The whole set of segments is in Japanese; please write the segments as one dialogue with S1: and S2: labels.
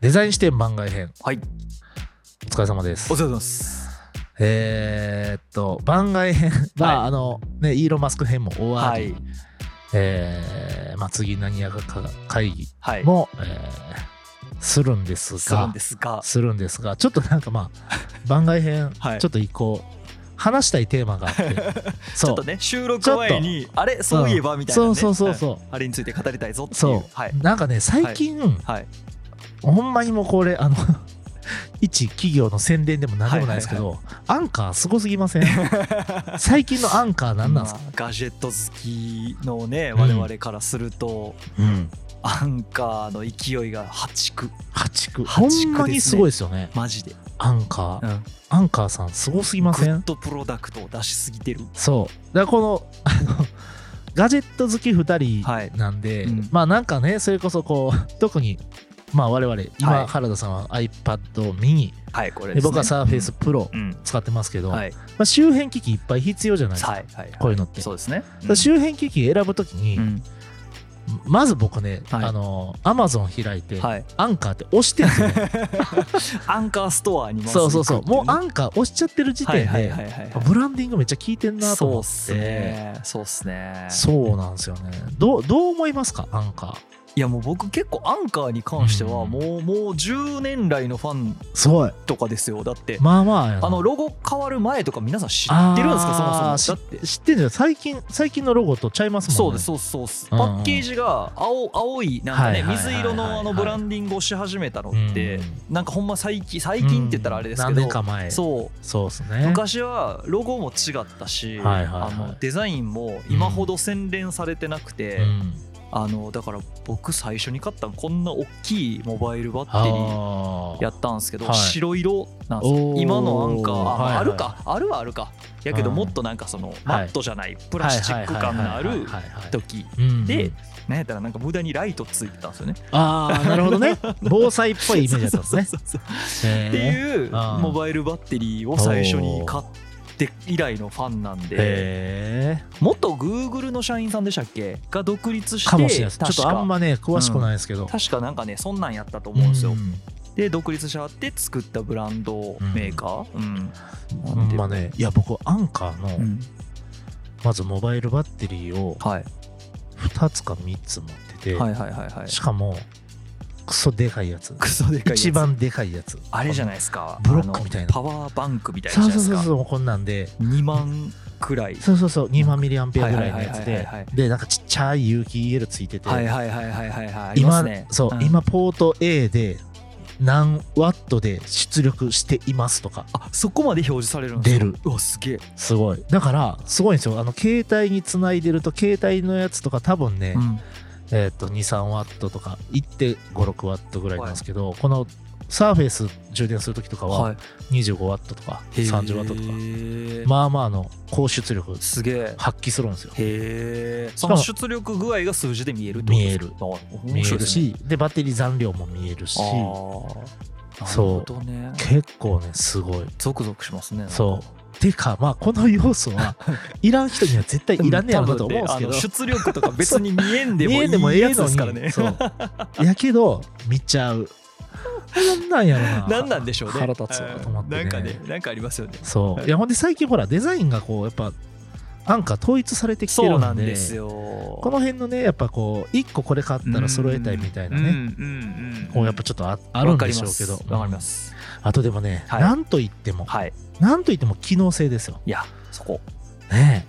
S1: デザイン視点番外編
S2: はい
S1: お疲れ様です
S2: お疲れ様です
S1: えー、っと番外編まあ、
S2: はい
S1: あのねイーロン・マスク編も終わ
S2: は
S1: り、
S2: い
S1: えーまあ、次何やか会議
S2: はい
S1: も、えーするんです
S2: するん
S1: が
S2: ですが
S1: するんですがちょっとなんか まあ番外編
S2: はい
S1: ちょっと一個話したいテーマが あって
S2: ち
S1: そ
S2: ょ
S1: う
S2: っとね収録前にあれそういえばみたいな
S1: そう
S2: ね
S1: そうそう
S2: はい
S1: そう
S2: あれについて語りたいぞってい
S1: そう
S2: はい
S1: なんかね最近、
S2: はい
S1: ほんまにもうこれあの 一企業の宣伝でも何でもないですけど、アンカーすごすぎませ ん最近のアンカー何なんですか、
S2: まあガジェット好きのね
S1: うん
S2: 我々からすると
S1: うん、
S2: アンカーの勢いが8区
S1: 8区
S2: 八区です
S1: ほ
S2: ね
S1: んまにすごいですよね
S2: マジで
S1: アンカー、
S2: うん
S1: アンカーさんすごすぎ
S2: グ
S1: ませ
S2: ッ
S1: ん
S2: ドプロダクトを出しすぎてる
S1: そうだからこのあのガジェット好き2人なんで、
S2: いうん
S1: まあなんかねそれこそこう特にまあ我々今、
S2: はい
S1: 原田さんは iPad mini
S2: はいこ
S1: で
S2: れですね
S1: 僕は Surface Pro
S2: うん
S1: 使ってますけど、
S2: はい
S1: まあ、周辺機器いっぱい必要じゃないですか、
S2: はいはい
S1: こういうのって
S2: そうですね
S1: その周辺機器選ぶときに、
S2: うん
S1: まず僕ね、
S2: はい
S1: あのアマゾン開いて、
S2: はい
S1: アンカーって押してるんですよね、
S2: アンカーストア にまず
S1: そうそうそう、
S2: 行くって
S1: も
S2: いね
S1: うアンカー押しちゃってる時
S2: はい
S1: 点
S2: はい
S1: で、
S2: はいはいはい
S1: ブランディングめっちゃ効いてんなと
S2: そ
S1: 思
S2: う
S1: っ、
S2: ってすねそうっすね
S1: そうなんですよね。どうどう思いますか、アンカー。
S2: いやもう僕結構アンカーに関しては
S1: うん
S2: もうもう10年来のファン
S1: すごい。
S2: とかですよだって
S1: まあまあやな、
S2: あのロゴ変わる前とか皆さん知ってるんですかそ
S1: あー
S2: もそもだって
S1: 知ってんじゃん、最近、最近のロゴとちゃいますも
S2: そうんで
S1: ね。
S2: すそうですそうです
S1: うん
S2: パッケージが青青いなんか
S1: はい
S2: ね
S1: はいはいはい
S2: 水色のあのブランディングをし始めたのってなんかほんま最近最近って言ったらあれです
S1: うん
S2: け
S1: 何年か
S2: ど
S1: 前。そう
S2: そう
S1: ですね。
S2: 昔はロゴも違ったし、
S1: はいはいはい
S2: あのデザインも今ほど洗練されてなくて、
S1: うん
S2: あのだから僕最初に買ったのこんな大きいモバイルバッテリー
S1: あー
S2: やったんですけど、
S1: はい
S2: 白色なんですよ
S1: おー
S2: 今のアンカーあ,、
S1: はいはい
S2: あるかあるはあるかやけど
S1: うん
S2: もっとなんかそのマットじゃない、プラスチック感のあ
S1: はいはいはいは
S2: る
S1: いはい
S2: 時
S1: うん
S2: でなんやったらなんか無駄にライトついてたんですよね。
S1: ああなるほどね 防災っぽいイメージだったんですね
S2: そうそうそうそう
S1: へー
S2: っていう
S1: あー
S2: モバイルバッテリーを最初に買って以来のファンなん
S1: へ
S2: で。
S1: え
S2: 元グーグルの社員さんでしたっけが独立して
S1: かもしれないですちょっ
S2: 確
S1: とあん
S2: か
S1: まね詳しくないですけど、
S2: 確かなんかねそんなんやったと思うんですよ、
S1: ん
S2: で独立しはって作ったブランドメーカー、うん
S1: ほ
S2: なん
S1: ん
S2: て
S1: まねいや僕アンカーの、
S2: うん
S1: まずモバイルバッテリーを
S2: はい、
S1: 2つか3つ持ってて、
S2: はいはいはいはい
S1: しかもクソでかいやつ
S2: クソでかいやつ
S1: 一番でかいやつ
S2: あれじゃ
S1: ない
S2: ないですか
S1: ブロックみたいな
S2: あのパワーバンクみたいな
S1: そ
S2: や
S1: う
S2: つじ
S1: そう
S2: ゃ
S1: そう
S2: ないですか
S1: そうこんなんで
S2: 2万くらい
S1: そうそうそう2万ミリアンペアぐらいのやつ
S2: はいはい
S1: で
S2: はいはいはい
S1: でなんかちっちゃい有機 EL ついてて、
S2: はいはいはいはいはいはいありま
S1: 今
S2: すね
S1: そう、
S2: ん
S1: 今ポート A で何ワットで出力していますとか
S2: あそこまで表示されるんです
S1: 出
S2: よ
S1: る
S2: うわすげえ、
S1: すごいだからすごいんですよあの携帯につないでると携帯のやつとか多分ね、
S2: うん
S1: えっと23ワットとか1.56ワットぐらいなんですけど、このサーフェイス充電するときとかはい25ワットとか30ワットとか
S2: と
S1: まあまあの高出力
S2: すげえ
S1: 発揮するんですよ
S2: へえ
S1: しか
S2: そ
S1: も
S2: の出力具合が数字で見えるってことですかあ
S1: 見
S2: 面
S1: え
S2: 白い
S1: る
S2: ですね
S1: しでバッテリー残量も見えるし
S2: あーなる
S1: そう
S2: ほどね
S1: 結構ねすごい
S2: ゾクゾクしますね
S1: そう。てか、まあ、この要素 は、いらん人には絶対いらんねやろなと思うんですけど、
S2: 多分ねあの出力とか別に見えんでも
S1: 見えんでも
S2: い
S1: え
S2: い
S1: え
S2: や
S1: や
S2: つ
S1: つ
S2: で
S1: ですす
S2: か
S1: かららね。
S2: ね
S1: そう。やけど、見ちゃう。なんなんやろな。
S2: なんなんでしょうね
S1: 腹立つわと思って、ね。
S2: うんなんかねなんかありますよね
S1: そう。いや、ほんで最近ほら、デザインがこう、やっぱ、アンカー統一されてきてるんで、
S2: そうなんですよこ
S1: この辺のね、やっぱこう、一個これ買ったら揃えたいみたいなね。
S2: ね
S1: こうやっぱちょっとああるんでしょうけど
S2: わかります
S1: あとでもね、
S2: はい
S1: なんといっても、
S2: はい
S1: なんといっても機能性ですよ
S2: いやそこ
S1: ねえ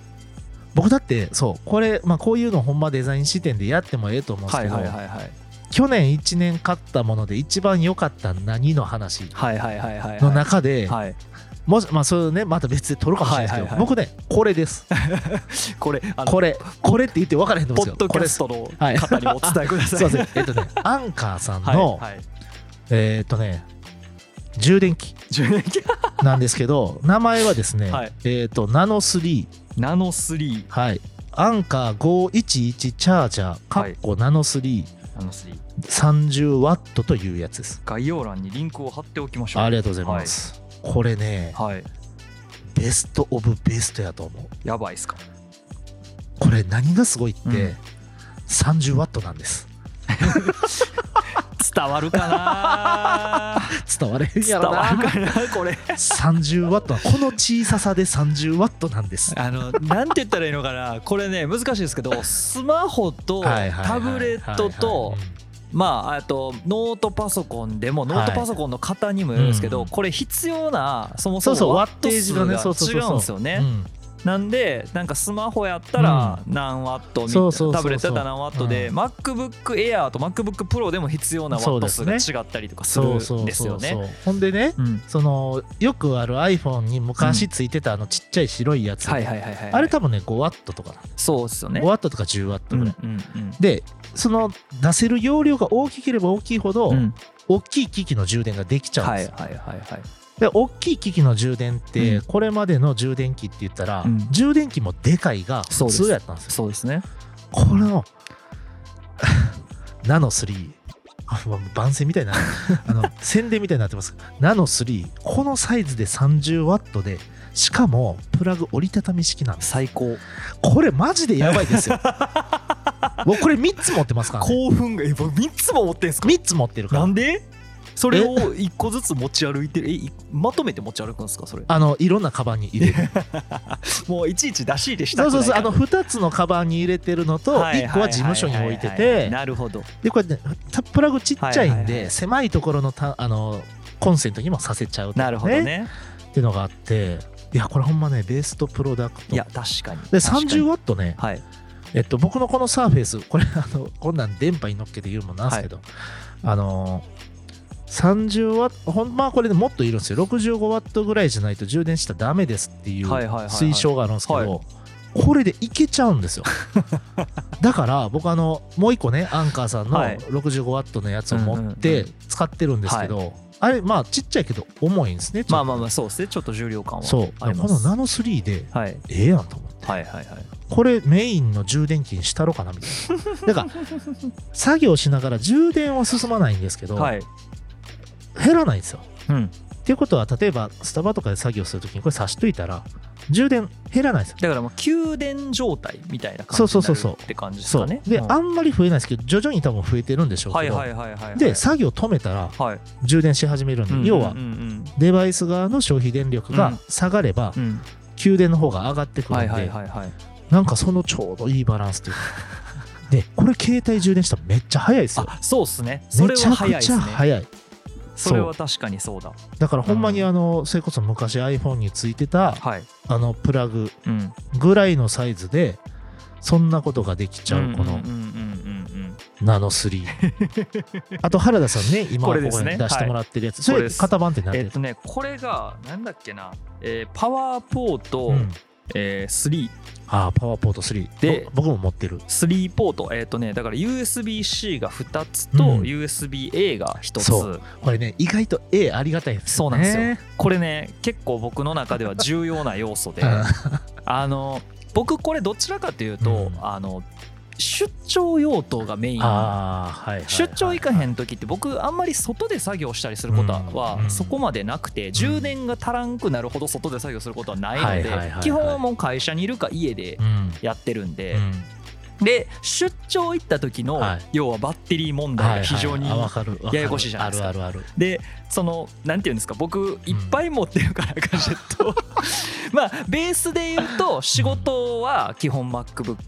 S1: 僕だってそうこれ、まあ、こういうのほんまデザイン視点でやってもええと思うんです
S2: は
S1: け
S2: い
S1: ど、
S2: はいはいはい
S1: 去年1年買ったもので一番良かった何の話
S2: はいはいはいはい
S1: の中で、
S2: はい
S1: もしまあそれをねまた別で撮るかもしれないですけど、
S2: はいはいはい
S1: 僕ねこれです
S2: これあの
S1: これこれって言って分からへんと思
S2: ポ
S1: うんで
S2: ッ
S1: すよ
S2: ド
S1: これで
S2: キャス
S1: す
S2: トの
S1: はい
S2: 方にもお伝えく ださい
S1: すいませんえっとねアンカーさん
S2: はい
S1: の、
S2: はい
S1: えーっとね充電器
S2: 充電器
S1: なんですけど名前はですね、
S2: はい
S1: えーっとナノ3
S2: ナノ3
S1: はいアンカー511チャージャーかっこナノ3、
S2: ナノ3
S1: 30ワットというやつです。
S2: 概要欄にリンクを貼っておきましょう
S1: ありがとうございます。これね、
S2: はい
S1: ベストオブベストやと思う。
S2: やばいっすか
S1: これ何がすごいって、
S2: うん
S1: 30ワットなんです。
S2: 伝わるか な
S1: 伝われへん
S2: 伝
S1: やろ
S2: わる
S1: な
S2: かなこれ
S1: 30ワットはこの小ささで30ワットなんです
S2: あのなんて言ったらいいのかなこれね難しいですけどスマホと
S1: はいはいはい
S2: タブレットと
S1: はいはい
S2: まあ、あとノートパソコンでもノートパソコンの方にもよるんですけど、
S1: うん
S2: これ必要なそも
S1: そ
S2: そう
S1: そう
S2: も
S1: ワ
S2: ワ
S1: ッ
S2: ッ
S1: テ
S2: ト
S1: ージ
S2: 数
S1: が
S2: が
S1: ねそうそうそう
S2: 違
S1: そう
S2: うんですよね。
S1: うん
S2: なんでなんかスマホやったら何ワットみたいな、
S1: そうそうそうそう
S2: タブレットやったら何ワットで、
S1: う
S2: MacBook Air と MacBookPro でも必要なワット数が違ったりとかする
S1: そ
S2: ん
S1: う
S2: です
S1: そ
S2: よ
S1: う
S2: ね。
S1: そうそうほんでね
S2: うん
S1: そのよくある iPhone に昔ついてたあのちっちゃい白いやつ、
S2: はいはいはいはい、
S1: あれ多分ね5ワットとかな、
S2: そうですよね
S1: 5。ワットとか10ワットぐらい、
S2: うんうん
S1: でその出せる容量が大きければ大きいほど、
S2: うんうん
S1: 大きい機器の充電ができちゃうん
S2: は
S1: で
S2: い
S1: すよ、
S2: はいはいはい。
S1: で大きい機器の充電って、
S2: うん
S1: これまでの充電器って言ったら、
S2: うん
S1: 充電器もでかいが普
S2: そうです
S1: 通やったんですよ
S2: そうですね。
S1: この ナノ3あもう番宣みた いなあの宣伝みたいになってますナノ3このサイズで30ワットでしかもプラグ折りたたみ式なんです
S2: 最高。
S1: これマジでやばい ですよ僕これ3つ持ってますから、ね、
S2: 興奮がえ僕三つも持ってんすか。
S1: 3つ持ってるか
S2: な
S1: ら
S2: んでそれを一個ずつ持ち歩いてるえいまとめて持ち歩くんですかそれ
S1: あのいろんなカバンに入れ る
S2: もういちいち出し入れし
S1: そ
S2: た
S1: う
S2: くな
S1: そ
S2: いう
S1: そうあの
S2: ふ
S1: 2つのカバンに入れてるのと1個は事務所に置いてて
S2: なるほど
S1: でこれねタプラグちっちゃいん
S2: はいはいは
S1: で
S2: い
S1: 狭いところのたあのコンセントにもさせちゃうとか
S2: なるほどね
S1: っていうのがあっていやこれほんまねベースとプロダクト
S2: いや確かに
S1: で
S2: 確かに
S1: 30ワットね、
S2: はい
S1: えっと、僕のこのサーフェイスこれあのこんなん電波に乗っけて言うもんなんですけど、あの30ワットほんまはこれでもっといるんですよ65ワットぐらいじゃないと充電したらダメですっていう
S2: はいはいはいはい
S1: 推奨があるんですけど、
S2: はい
S1: これでいけちゃうんです よだから僕あのもう一個ねアンカーさんの
S2: はい
S1: 65ワットのやつを持っ
S2: うんうん
S1: て
S2: う
S1: 使ってるんですけど、あれまあちっちゃいけど重いんですねちょっと
S2: まあまあまあそうですねちょっと重量感は
S1: そう
S2: ありま
S1: この
S2: す
S1: ナノ3で
S2: はい
S1: ええやんと思って
S2: はいはいはい
S1: これメインの充電器にしたろかなみたいなだから作業しながら充電は進まないんですけど、
S2: はい
S1: 減らないんですよ
S2: うん
S1: っていうことは例えばスタバとかで作業するときにこれ差しといたら充電減らないんですよ
S2: だからもう給電状態みたいな感じ
S1: そうそうそうそう
S2: になるって感じです
S1: そ
S2: か
S1: う
S2: ね
S1: で、
S2: うん
S1: あんまり増えないですけど徐々に多分増えてるんでしょう
S2: は
S1: け
S2: い
S1: ど、
S2: はいはいはいはい
S1: で作業止めたら
S2: はい
S1: 充電し始めるんで、要は
S2: うんうん
S1: デバイス側の消費電力が下がれば、
S2: うんうん
S1: 給電の方が上がってくるん
S2: は
S1: で、
S2: いはいはいはい
S1: なんかそのちょうどいいバランスというかでこれ携帯充電したらめっちゃ早いですよ
S2: あそうっすねそ
S1: め
S2: れ
S1: ちゃ
S2: は
S1: く
S2: 早いで
S1: ちゃ
S2: すね
S1: 早い
S2: それは確かにそうだ
S1: だからほんまに
S2: うん
S1: あの、それこそ昔 iPhone についてた
S2: はい
S1: あのプラグ
S2: うん
S1: ぐらいのサイズでそんなことができちゃうこの
S2: んうんうんうんうん
S1: ナノ3 あと原田さんね今こ
S2: こ
S1: こ
S2: れ
S1: に出
S2: ですね
S1: してもらってるやつ、
S2: い
S1: そ
S2: これ
S1: れ
S2: です
S1: 型番って何
S2: え
S1: て
S2: っとねこれがなんだっけな、えーパワーポート、
S1: うん、
S2: えー、
S1: ああパワーポート3
S2: で
S1: ぼ僕も持ってる
S2: 3, 3ポートえっ、とねだから USB-C が2つと
S1: うん
S2: USB-A が1つ、
S1: そこれね意外と A ありがたいです、ね、
S2: そうなんですよこれね結構僕の中では重要な要 素で
S1: うん
S2: あの僕これどちらかというと、
S1: うん
S2: あの出張用途がメイン
S1: ああはいはいはい、はい、
S2: 出張行かへん時って僕あんまり外で作業したりすること
S1: うん
S2: はそこまでなくて充電が足らんくなるほど外で作業することはな
S1: はい
S2: い
S1: は
S2: の
S1: いはいは
S2: で
S1: い
S2: 基本はもう会社にいるか家で
S1: うん、
S2: やってるんで
S1: うん
S2: で出張行った時の
S1: はい
S2: 要はバッテリー問題が非常に
S1: はいはいあわかるわかる
S2: ややこしいじゃないですか
S1: あるあるある
S2: でそのなんていうんですか僕いっぱい持ってるからガジェットを まあベースで言うと仕事は基本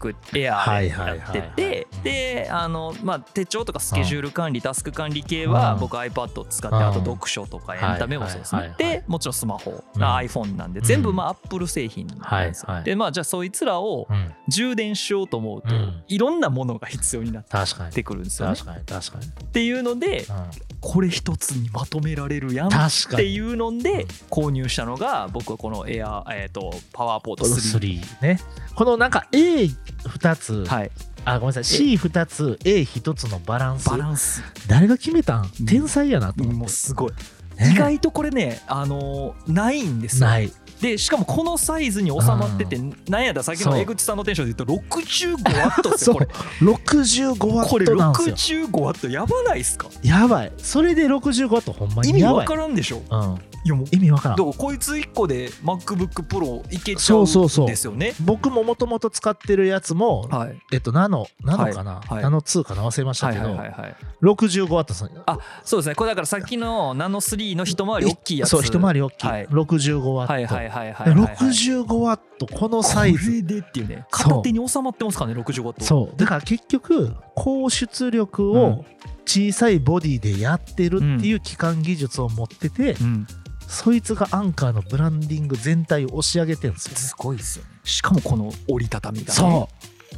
S1: はい
S2: MacBookAir で
S1: はいはい
S2: や
S1: は
S2: っ
S1: い
S2: てて
S1: うん
S2: であの、まあ、手帳とかスケジュール管理タスク管理系は
S1: うん
S2: 僕 iPad を使っ
S1: う
S2: て
S1: ん
S2: あと読書とかエンタメもそうです
S1: はい
S2: ね
S1: はいはいはい
S2: でもちろんスマホ
S1: うん
S2: iPhone なんで
S1: うん
S2: 全部まあ Apple 製品なんですよ
S1: はいはい
S2: でまあじゃあそいつらを
S1: うん
S2: 充電しようと思うと
S1: うん
S2: いろんなものが必要になっ
S1: 確かに
S2: てくるんですよね
S1: 確かに確かに、
S2: っていうので
S1: うん、
S2: これ一つにまとめられるやん
S1: 確
S2: っ
S1: か
S2: て
S1: に
S2: いうので購入したのが僕はこのエアえっ、とパワーポート
S1: この
S2: 3
S1: 3ねこのなんか A2 つ、
S2: はい
S1: あごめんなさい C2 つ A1 つのバランス
S2: バランス
S1: 誰が決めたん
S2: うん
S1: 天才やなと思
S2: も
S1: っ
S2: う
S1: て
S2: すごい
S1: ね
S2: 意外とこれね、あのーないんですよ
S1: ない
S2: でしかもこのサイズに収まってて、
S1: う
S2: なんやったらさっき
S1: そ
S2: の
S1: う
S2: 江口さんのテンションで言うと65ワットで す
S1: そう
S2: よこれ
S1: 65ワ
S2: これ
S1: ットなんですよ
S2: 65ワットやばないですか
S1: やばいそれで65ワットほんま
S2: 意
S1: に
S2: 味
S1: やば
S2: わ
S1: い
S2: からんでしょ
S1: うん、
S2: いやもう
S1: 意味わからん
S2: だからこいつ1個で MacBookPro いけちゃ
S1: そうそう
S2: う
S1: そ
S2: ん
S1: う
S2: ですよね
S1: 僕ももともと使ってるやつも、
S2: はい
S1: えっと、ナノ、ナノかな、
S2: はいはい
S1: ナノ2かな忘れました
S2: はい
S1: け
S2: はい
S1: ど、
S2: はいはい
S1: 65ワットさん。
S2: あそうですねこれだからさっきのナノ3の一回り大きいやつ
S1: そう、一回り大きい。
S2: はい
S1: 65ワット。
S2: はいは
S1: で
S2: いはいはいはいはい
S1: 65ワット、このサイ
S2: こ
S1: ズ。
S2: れでっていうね
S1: そう
S2: 片手に収まってますからね65と
S1: そう。だから結局、高出力
S2: う
S1: を
S2: ん
S1: 小さいボディでやってるっていう機関技術を持ってて、
S2: うん
S1: そいつがアンカーのブランディング全体を押し上げてるんですよ。
S2: すごいですよねしかもこの折りたたみがね
S1: そ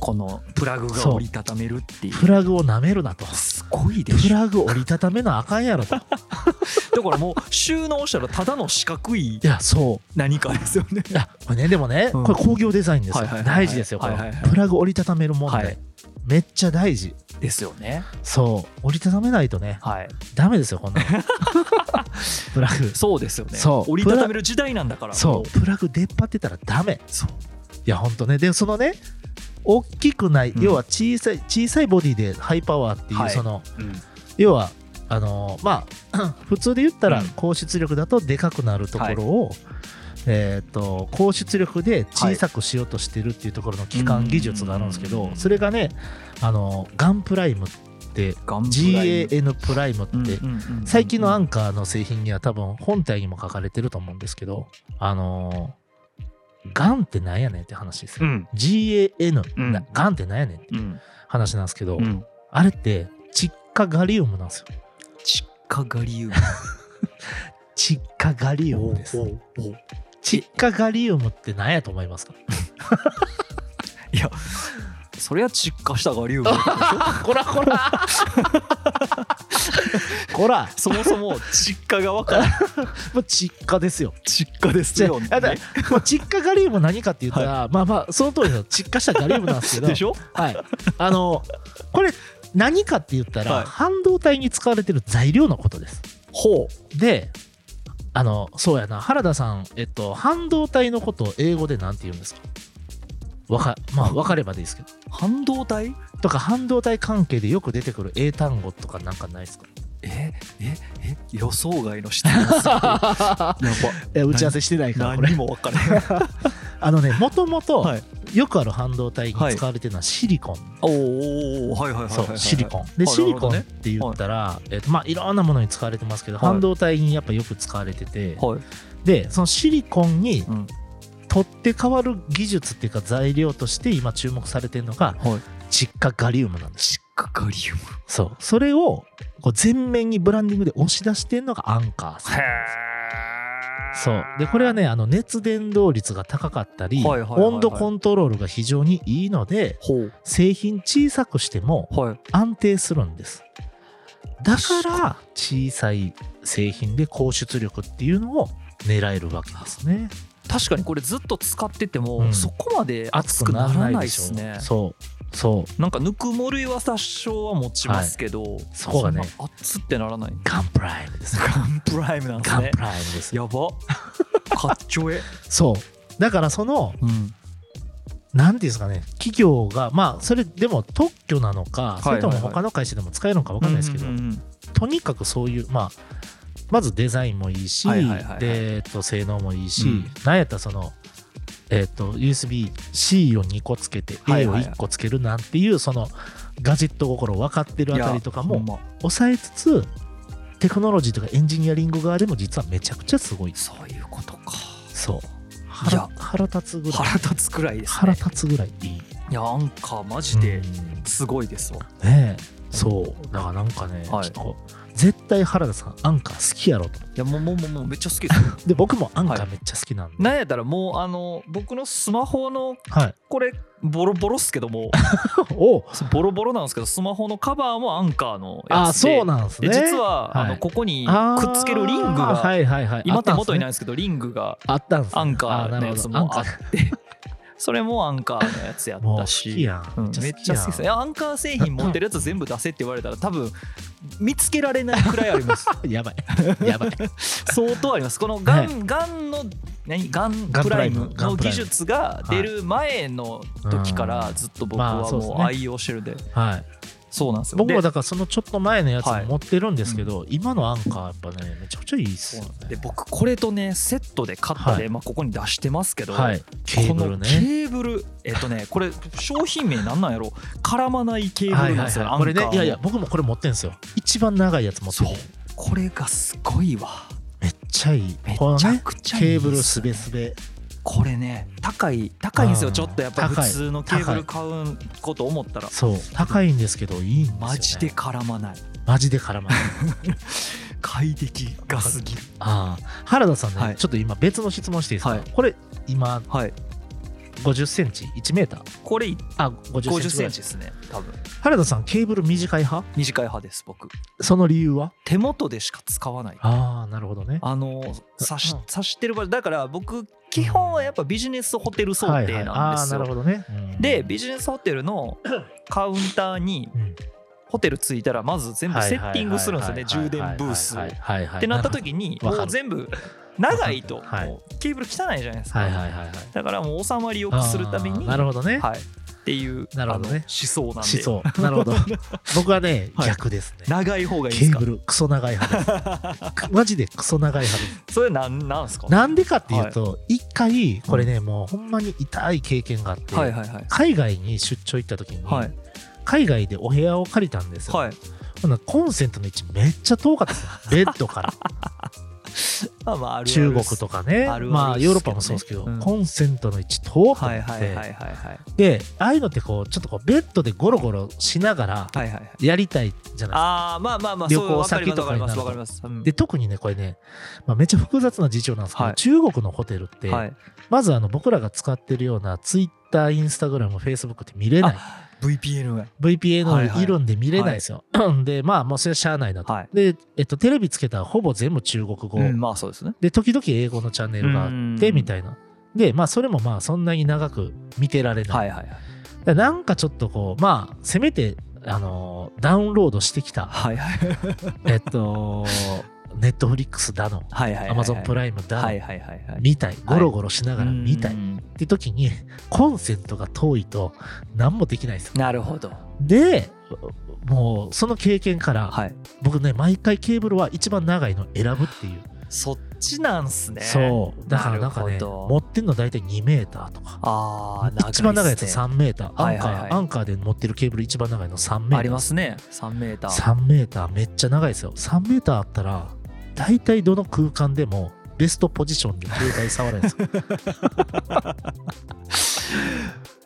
S2: このプラグが折りたためるっていう
S1: う。フラグを舐めるなと。
S2: すごいで
S1: フ
S2: しょ
S1: ラグ折りたためなあかんやろと。い
S2: だからもう収納したらただの四角い
S1: や、そう。
S2: 何かですよね
S1: いやこれねでもね、
S2: うん
S1: これ工業デザインですよ、
S2: はいはいはいはい
S1: 大事ですよこれ、
S2: はいはいはい
S1: プラグ折りたためる問題、
S2: はい
S1: めっちゃ大事
S2: ですよね
S1: そう折りたためないとね
S2: はい
S1: ダメですよこん なのプラグ
S2: そうですよね
S1: そう
S2: 折りたためる時代なんだからも
S1: そうプラグ出っ張ってたらダメ
S2: そう
S1: いやほんとねでそのね大きくない、
S2: うん
S1: 要は小さい小さいボディでハイパワーっていう、
S2: はい
S1: その
S2: うん
S1: 要はあのーまあ 普通で言ったら
S2: うん
S1: 高出力だとでかくなるところを、えー、と高出力で小さくしようとしてるっていうところの基幹技術があるんですけど、
S2: うん
S1: それがねあのガンプライムって
S2: ガンプライム
S1: GAN プライムって、
S2: うんうんうんうん
S1: 最近のアンカーの製品には多分本体にも書かれてると思うんですけどあのーガンってなんやねんって話ですよ、
S2: うん、
S1: GAN、
S2: うん
S1: なガンってなんやねんって
S2: うん
S1: 話なんですけど、
S2: うん、
S1: あれって窒化ガリウムなんですよ
S2: 窒化ガリウム
S1: 窒化ガリウムで
S2: お
S1: す
S2: うおう
S1: 窒化ガリウムって何やと思いますか
S2: いやそれは窒化したガリウム
S1: こら こらこら
S2: そもそも窒化が分からん
S1: もう窒化ですよ。
S2: 窒化です
S1: じゃ
S2: よ、ね
S1: あ、だからもう窒化ガリウム何かって言ったら、まあまあその通りの窒化したガリウムなんですけど
S2: でしょ
S1: はい、あのこれ何かって言ったら、
S2: はい
S1: 半導体に使われてる材料のことです。
S2: ほう
S1: であのそうやな原田さん、えっと、半導体のことを英語で何て言うんですかわかまあ分かればでいいですけど。
S2: 半導体
S1: とか半導体関係でよく出てくる英単語とかなんかないですか
S2: えええ予想外の質問すぎる やば
S1: いや打ち合わせしてないからこれ
S2: 何も分からへん
S1: あのねもともと
S2: はい
S1: よくある半導体に使われてるのはシリコン
S2: おーおーおーはいはいはいはい
S1: そ
S2: は
S1: う
S2: い
S1: シリコン
S2: は
S1: で
S2: い
S1: シリ
S2: なるほ
S1: コ
S2: ど
S1: ンっ
S2: ね
S1: て言ったらえっとまあいろんなものに使われてますけど
S2: はい
S1: 半導体にやっぱよく使われてて
S2: はい、
S1: でそのシリコンに
S2: うん、
S1: 取って代わる技術っていうか材料として今注目されてるのが
S2: はい
S1: 窒化ガリウムなんです
S2: 窒化ガリウム
S1: そうそれをこう全面にブランディングで押し出してるのがアンカーさんそうでこれはねあの熱伝導率が高かったり
S2: はいはいはいはい
S1: 温度コントロールが非常にいいので
S2: ほう
S1: 製品小さくしても
S2: はい
S1: 安定するんですだから小さい製品で高出力っていうのを狙えるわけですね
S2: 確かにこれずっと使ってても、
S1: うん
S2: そこまで熱くならないですね
S1: そうそう
S2: なんかぬくもりは多少は持ちますけど、
S1: そこがね
S2: んな熱ってならない
S1: ガンプライムです
S2: ガンプライムなんです
S1: ガン
S2: ね
S1: プライムです
S2: や ばかっちょえ、
S1: そうだからその
S2: うん、
S1: なんていうんですかね企業がまあそれでも特許なのか
S2: い
S1: それとも
S2: はいはい
S1: 他の会社でも使えるのか分かんないですけど
S2: うんうんうん
S1: とにかくそういうまあまずデザインもいいし、
S2: はいはいはいはい
S1: でえっと性能もいいし、
S2: うん
S1: なんやったらその、えっと USB-C を2個つけて
S2: はい
S1: A を
S2: はいはい
S1: 1個つけるなんていうそのガジェット心分かってるあたりとか
S2: いやほん
S1: も
S2: ま
S1: 抑えつつテクノロジーとかエンジニアリング側でも実はめちゃくちゃすごい
S2: そういうことか
S1: そう
S2: い
S1: 腹
S2: や
S1: 腹立つぐらい
S2: 腹立つくらいです、
S1: 腹
S2: ね、
S1: 立つぐらいいい
S2: いやアンカーマジで
S1: うん
S2: すごいですわ、
S1: ねえそうだからなんかね、
S2: はい
S1: ちょっとこう絶対原田さんアンカー好きやろと
S2: いやもうもうもうもうめっちゃ好きですよ
S1: で僕もアンカ
S2: は
S1: ー
S2: い
S1: めっちゃ好きなんで、
S2: なんやったらもうあの僕のスマホの
S1: はい。
S2: これボロボロっすけど も
S1: お
S2: ボロボロなんですけどスマホのカバーもアンカーの
S1: あ
S2: や
S1: ー、
S2: つで
S1: そうなんですね。
S2: で実は、
S1: はい
S2: あのここに
S1: あー
S2: くっつけるリングが、
S1: はいはいはい。
S2: 今手元にな
S1: い。
S2: いんですけどリングが
S1: あったんですね。
S2: アンカーのやつも
S1: あ
S2: あ
S1: っ
S2: った
S1: んですね
S2: て それもアンカーのやつやっ
S1: もう
S2: た
S1: 好き
S2: し
S1: やん、
S2: うんめっちゃ好きですねいやアンカー製品持ってるやつ全部出せって言われたら多分見つけられないくらい あります
S1: やばいやばい
S2: 相当ありますこのガン、
S1: は
S2: ガンの何ガン
S1: ガンプ
S2: プラ
S1: ラ
S2: イ
S1: イ
S2: ム
S1: ム
S2: の技術が出る前の時からずっと僕は
S1: まあそうです
S2: もう
S1: ね
S2: 愛用してるんで
S1: はい
S2: そうなんですよ
S1: 僕も
S2: で
S1: だからそのちょっと前のやつも持ってるんですけど、今のアンカーやっぱねめちゃくちゃいいっす
S2: そう
S1: よ
S2: なんですで
S1: ね
S2: 僕これとねセットで買ったで、
S1: はい
S2: まあ、ここに出してますけど、
S1: はいケーブル
S2: この
S1: ね
S2: ケーブルえっとねこれ商品名なんなんやろ絡まないケーブ
S1: は
S2: ル
S1: い
S2: なん
S1: は
S2: で
S1: い
S2: すよ、
S1: はいこれね
S2: アンカーの
S1: いやいや僕もこれ持ってるんですよ一番長いやつ持って
S2: そ
S1: る
S2: うこれがすごいわ
S1: めっちゃいい
S2: め
S1: この
S2: ちゃ
S1: ね
S2: くちゃいい
S1: ケ
S2: っ
S1: ーブル
S2: す
S1: す
S2: ね
S1: べすべ
S2: これね高い高いんですよ
S1: うん
S2: ちょっとやっぱ普
S1: 高い
S2: 通のケーブル買うこと思ったら
S1: そう高いんですけどいいんですよ、ね、
S2: マジで絡まない
S1: マジで絡 まない
S2: 快適がすぎる
S1: ああ原田さんね、
S2: はい
S1: ちょっと今別の質問していいですか、
S2: はい
S1: これ今
S2: はい
S1: 50センチ1メーター
S2: これ
S1: あ50
S2: 50
S1: センチぐら
S2: セン
S1: い
S2: チですね多分
S1: 原田さんケーブル短い派
S2: 短い派です僕
S1: その理由は
S2: 手元でしか使わない
S1: ああなるほどね
S2: あの刺し
S1: うん
S2: 刺してる場合だから僕基本はやっぱビジネスホテル想
S1: はいは
S2: 定
S1: い
S2: なん
S1: あ
S2: で
S1: あ
S2: す
S1: な
S2: よ
S1: るほどね、うん
S2: でビジネスホテルのカウンターに
S1: うん
S2: ホテル着いたらまず全部セッティングするんですよね
S1: はいはい
S2: 充
S1: はいはい
S2: 電ブースを。
S1: はいはいはい
S2: ってなった時 に
S1: わ
S2: も
S1: かる
S2: う全部長いと
S1: はい
S2: もうケーブル汚いじゃないです
S1: はいはい
S2: か
S1: はいはい
S2: だからもう収まりよくするため
S1: あ
S2: に
S1: ーなるほどね、
S2: はいっていう
S1: なるほどね
S2: あの思想なんで
S1: 思想なるほど僕はね、
S2: はい
S1: 逆ですね
S2: 長い方がいいで
S1: ケ
S2: す
S1: ー
S2: か
S1: ブルクソ長い派です マジでクソ長い派です
S2: それなんなんですか
S1: なんでかっていうと一、回これねもうほんまに痛い経験があって、
S2: はいはいはい
S1: 海外に出張行った時に、
S2: はい
S1: 海外でお部屋を借りたんですよ、
S2: はい
S1: ほなコンセントの位置めっちゃ遠かったですよ ベッドから
S2: まあまああるある
S1: 中国とかね
S2: あるあるですけどね
S1: まあヨーロッパもそうですけど、
S2: うん
S1: コンセントの位置遠くて、
S2: はいはいはいはいはいはい
S1: でああいうのってこうちょっとこうベッドでゴロゴロしながら
S2: はいはい
S1: やりたいじゃないですか、
S2: ああまあまあまあ
S1: 旅
S2: そう
S1: 行
S2: わかり
S1: 先
S2: ます
S1: と
S2: わか
S1: か
S2: り
S1: にな
S2: ま
S1: る
S2: す
S1: と
S2: わかりますうん
S1: で特にねこれね、まあ、めっちゃ複雑な事情なんですけど、
S2: はい
S1: 中国のホテルって、
S2: はい
S1: まずあの僕らが使ってるようなツイッターインスタグラムフェイスブックって見れない
S2: VPN が
S1: VPN いるんで見れないですよ。でまあもうそれはしゃあないなと。
S2: はい
S1: で、えっと、テレビつけたらほぼ全部中国語、
S2: うんまあそうですね
S1: で時々英語のチャンネルがあって
S2: うん
S1: みたいな。でまあそれもまあそんなに長く見てられない。
S2: はいはいはい
S1: だからなんかちょっとこうまあせめて、あのダウンロードしてきた
S2: はいはい
S1: えっ とネットフリックスだの
S2: はいはいはいはい
S1: アマゾンプライムだの、
S2: はいはいはいはい
S1: 見たいゴロゴロしながら見たい、
S2: う
S1: っ
S2: ん
S1: て時にコンセントが遠いと何もできないんですよ。
S2: なるほど
S1: でもうその経験から、
S2: はい
S1: 僕ね毎回ケーブルは一番長いの選ぶっていう、
S2: そっちなんすね
S1: そうだからなんか
S2: な
S1: ね
S2: るほど
S1: 持ってんの大体2メーターとか
S2: ああ長いっすね
S1: 一番長いやつ3メーターア
S2: は
S1: ン
S2: い
S1: カー、
S2: はいはい
S1: アンカーで持ってるケーブル一番長いの3メーター
S2: ありますね3メーター
S1: 3メーターめっちゃ長いですよ3メーターあったら大体どの空間でもベストポジションに携帯触れるんです よ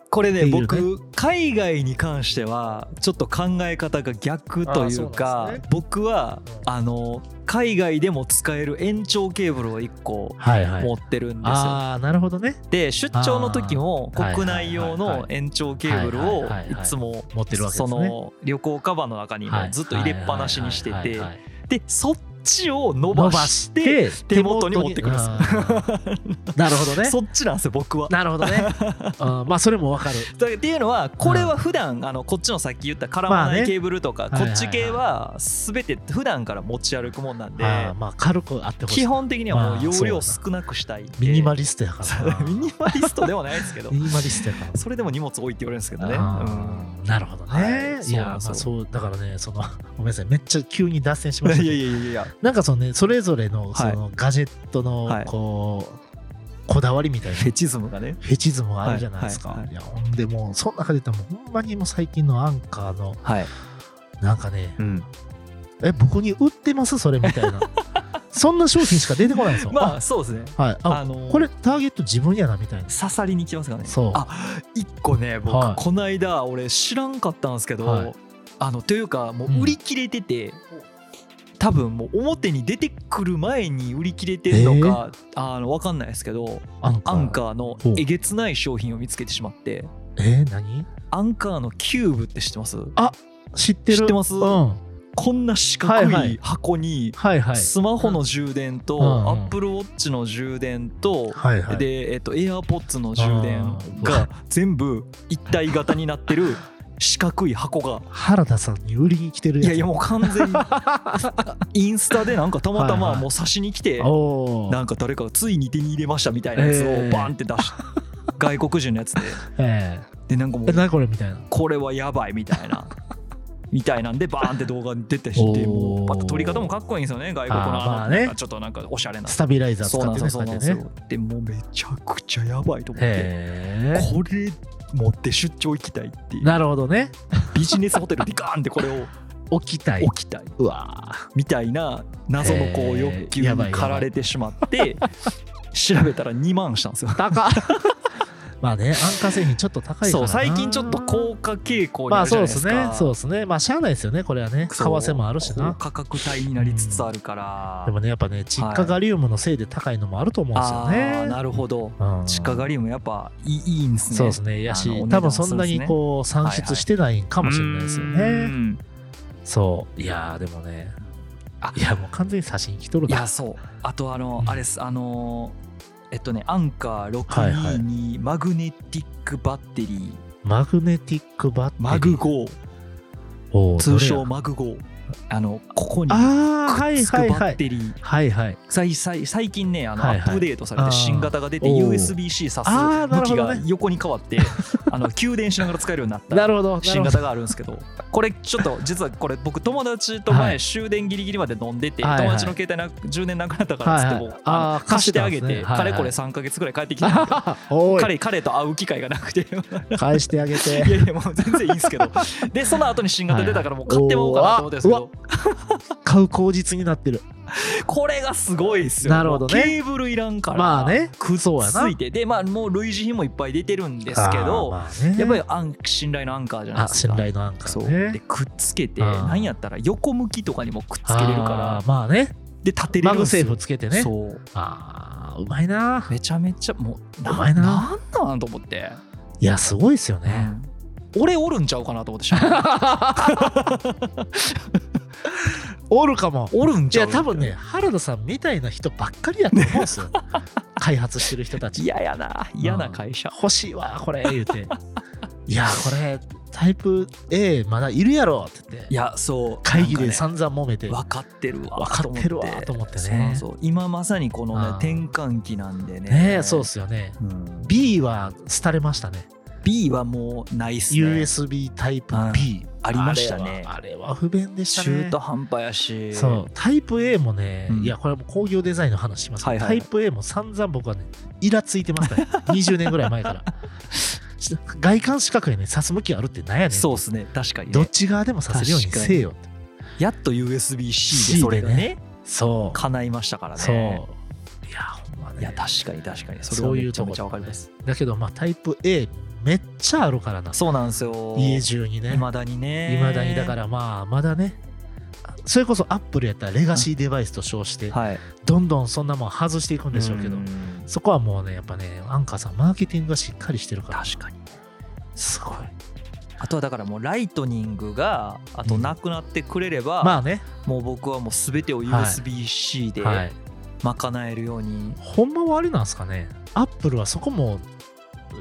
S2: これね
S1: っていうね
S2: 僕海外に関してはちょっと考え方が逆という
S1: あーそうな
S2: か
S1: んですね
S2: 僕は
S1: うん
S2: あの海外でも使える延長ケーブルを1個
S1: はいはい
S2: 持ってるんですよ
S1: ああなるほどね
S2: で出張の時も
S1: あー
S2: 国内用
S1: はいはい
S2: の
S1: はい
S2: 延長ケーブルを
S1: はいはいはい
S2: い
S1: はい
S2: つも
S1: 持ってるわけで
S2: そ
S1: すね
S2: の旅行カバンの中にもずっと入れっぱなしにして
S1: はいはい
S2: て
S1: はいはい
S2: でそっちを伸
S1: 伸
S2: ば
S1: ば
S2: し
S1: してて
S2: 手元に持ってくるんですよ
S1: あーなるほど ね
S2: そっちなんですよ僕は。
S1: なるほどね うんまあそれもわかる
S2: だっていうのはこれは普段あのこっちのさっき言った絡ま
S1: まあ
S2: ない
S1: ね
S2: ケーブルとか
S1: はいはい
S2: こ
S1: はい
S2: っち系は全て普段から持ち歩くもんなんで
S1: あーまあ軽くあってほしい
S2: 基本的にはも
S1: ま
S2: う
S1: あ
S2: 容
S1: そうや
S2: 量
S1: な
S2: 少なくしたいんで
S1: ミニマリストやか
S2: そ
S1: ら
S2: う
S1: な
S2: ミニマリストではない ですけど
S1: ミニマリストやから
S2: それでも荷物多いって言われるんですけどね、うん
S1: あーなるほどね、
S2: はい
S1: い、
S2: そう
S1: やまあ
S2: そう
S1: そうだからねそのごめんなさいめっちゃ急に脱線しまし
S2: い
S1: た
S2: や
S1: け
S2: い
S1: ど
S2: やいやいや
S1: なんかそのねそれぞれのそ
S2: はい
S1: のガジェットの
S2: はい
S1: こう、こだわりみたいな
S2: フェチズムがね
S1: フェチズムがあるじゃないですか、
S2: はい
S1: い
S2: はい
S1: やほんでもうその中で言ったらもうほんまにもう最近のアンカーの
S2: はい、
S1: なんかね
S2: うん、
S1: え僕に売ってますそれみ たいなそんな商品しか出てこないんですよ、
S2: まあそうですね
S1: あはいあ
S2: あのー
S1: これターゲット自分やなみたいな
S2: 刺さりに来ますからね
S1: そう
S2: あ一個ね僕、
S1: はい
S2: この間俺知らんかったんですけど、
S1: はい
S2: あのというかも
S1: うん
S2: う売り切れてて、多分もう表に出てくる前に売り切れてるのか、あの分かんないですけど
S1: アンカー
S2: アンカーの
S1: ほう
S2: えげつない商品を見つけてしまって
S1: えー何
S2: アンカーのキューブって知ってます
S1: 知ってる
S2: 知ってます
S1: うん
S2: こんな四角
S1: はいはいい
S2: 箱に
S1: はいはい。
S2: スマホの充電と
S1: うんうん
S2: AppleWatch の充電と
S1: はいはい。
S2: でえっと AirPods の充電が全部一体型になって る四角い箱が
S1: 原田さんに売りに来てる
S2: い
S1: やつ。
S2: やいやもう完全 にインスタでなんかたまた
S1: はい
S2: ま
S1: はい
S2: もう差しに来て
S1: おー
S2: なんか誰かがついに手に入れましたみたいなやつ
S1: え
S2: を
S1: え
S2: バンって出 し外国人のやつで
S1: え
S2: でなんかも
S1: え。
S2: う
S1: なにこれみたいな。
S2: これはやばいみたいなみたいなんでバーンって動画に出て
S1: お
S2: して
S1: ー
S2: もうまた撮り方もかっこいいんですよね外国の
S1: あーまあ
S2: あの
S1: ね
S2: なんかちょっとなんかおしゃれな
S1: スタビライザー使
S2: そうなん
S1: っ
S2: で
S1: てね。
S2: すよそうなんですよでもうめちゃくちゃやばいと思って
S1: へえ。
S2: これ持って出張行きたいっていう
S1: なるほどね。
S2: ビジネスホテルでガーンってこれを
S1: 置きたい。
S2: 置きたいう
S1: わ
S2: みたいな謎のこ
S1: へ
S2: う
S1: ー
S2: 欲求
S1: やばいやば
S2: に
S1: い
S2: 駆られてしまって調べたら2万したんですよ。
S1: 高っまあね、安価製品ちょっと高いから
S2: そ
S1: な。
S2: う最近ちょっと高価傾向に
S1: ま
S2: あ
S1: あ
S2: るじ
S1: そ
S2: ゃ
S1: うで
S2: ないですすか。
S1: ね。そうですね。まあしゃあないですよね、これはね。為
S2: そう
S1: 替もあるし
S2: 高
S1: な。
S2: 価格帯になりつつあるから。
S1: でもね、やっぱね、窒化ガリウムのせいで高いのもあると思うんですよ
S2: ああー
S1: ね。
S2: なるほど。
S1: うん
S2: 地下狩りもやっぱいいいいんすね。
S1: そうですね。やし
S2: あのお、値
S1: 多分
S2: 段
S1: そんなにこう、算出してないんかもしれないですよ
S2: うー
S1: ね。
S2: ん
S1: そう。いやー、でもね
S2: あ。
S1: いや、もう完全に差しに来とる
S2: い
S1: な
S2: や。そう。あとあの、
S1: うん
S2: あれですあのえっとねアンカー
S1: はいはい
S2: 622マグネティックバッテリー
S1: マグネティックバッテリー。
S2: マグ5
S1: おー
S2: 通
S1: どれ
S2: 称
S1: や
S2: マグ5あのここにくっ
S1: ああ、はい
S2: つくバ
S1: はいは
S2: ッ
S1: い。
S2: テリー。
S1: はいはい。
S2: 最最最近ねあの、
S1: はいはい
S2: アップデートされ
S1: あー
S2: て新型が出て
S1: おー
S2: USB-C 挿
S1: あーな
S2: す向
S1: るほど
S2: き
S1: ね
S2: が横に変わってあの給電しながら使えるようになった
S1: なるほど。
S2: 新
S1: なるほど
S2: 型があるんですけどこれちょっと実はこれ僕友達と
S1: は
S2: 前
S1: い
S2: 終電ギリギリまで飲んでて、
S1: はいはい
S2: 友達の携帯な充電なくなったからっつっても、
S1: はいはい
S2: あの
S1: あー
S2: 貸してあげて、
S1: 貸してたんですねはいはい
S2: かれこれ3か月ぐらい帰ってきてないけど
S1: おい
S2: 彼彼と会う機会がなくて い
S1: 返してあげて
S2: やいやもう全然いいんですけどでその後に新型出たからもう買ってもらおうかなと思ってるんですけ
S1: お
S2: ど
S1: 買う口実になってる
S2: これがすごいですよ
S1: なるほどね
S2: もうケーブルいらんから、
S1: まあね
S2: くっつ
S1: そうやない
S2: てでまあもう類似品もいっぱい出てるんですけど、
S1: あーまあね
S2: やっぱりアン信頼のアンカーじゃない
S1: あ
S2: です
S1: 信
S2: か
S1: 頼のアンカ
S2: そ
S1: ー
S2: う
S1: ね
S2: でくっつけて
S1: あー
S2: なんやったら横向きとかにもくっつけれる
S1: あ
S2: か
S1: ー
S2: ら
S1: まあね
S2: で立てれ
S1: マ
S2: るん
S1: グ
S2: です
S1: セー
S2: よ
S1: フつけてね
S2: そう
S1: ああうまいな
S2: めちゃめちゃもう
S1: うまいな
S2: なんなんと思って、
S1: いやすごいですよね
S2: うん俺おるんちゃうかなと思って しまう
S1: おるかも
S2: おるん
S1: い
S2: ちゃう
S1: や多分ね原田さんみたいな人ばっかりやと思うんですよ 開発してる人たち
S2: 嫌やな嫌な会社、
S1: 欲しいわこれ言うて いやこれタイプ A まだいるやろって言って
S2: いやそう
S1: 会議で
S2: なんかね
S1: 散々揉めて
S2: 分かってるわ
S1: 分かってるわと思ってね
S2: そうなんそう今まさにこのね
S1: あー
S2: 転換期なんでね
S1: ねえそうっすよね
S2: うん
S1: B は廃れましたね
S2: B はもうないっすね
S1: USB タイプ B
S2: ありましたね
S1: あれはあれは不便でした
S2: 中
S1: ね
S2: 途半端やし
S1: そうタイプ A もね、
S2: うん
S1: いやこれはもう工業デザインの話しますけど、
S2: はいはい
S1: タイプ A も散々僕はねイラついてま したね20年ぐらい前から外観四角やね刺す向きあるってなんやねん
S2: そうっすね確かにね
S1: どっち側でも刺せるようにせよって
S2: やっと USB-C でそれがね
S1: C そう、
S2: 叶いましたからね
S1: そういやほんまね
S2: いや確かに確かにそれ
S1: そ
S2: は
S1: うい
S2: め
S1: う
S2: ちゃ
S1: と
S2: め
S1: こ
S2: ちゃわかります
S1: だけどまあタイプ A めっちゃあるからな
S2: そうなんですよ
S1: 家中にね
S2: いまだにね
S1: いまだにだからまあまだねそれこそアップルやったらレガシーデバイスと称して
S2: はい
S1: どんどんそんなもん外していくんでしょうけど
S2: ん
S1: そこはもうねやっぱねアンカーさんマーケティングがしっかりしてるから
S2: 確かに
S1: すごい
S2: あとはだからもうライトニングがあとなくなってくれれば、
S1: まあね
S2: もう僕はもう全てを USB-C で
S1: はい
S2: 賄えるように
S1: ほんまはあれなんですかねアップルはそこも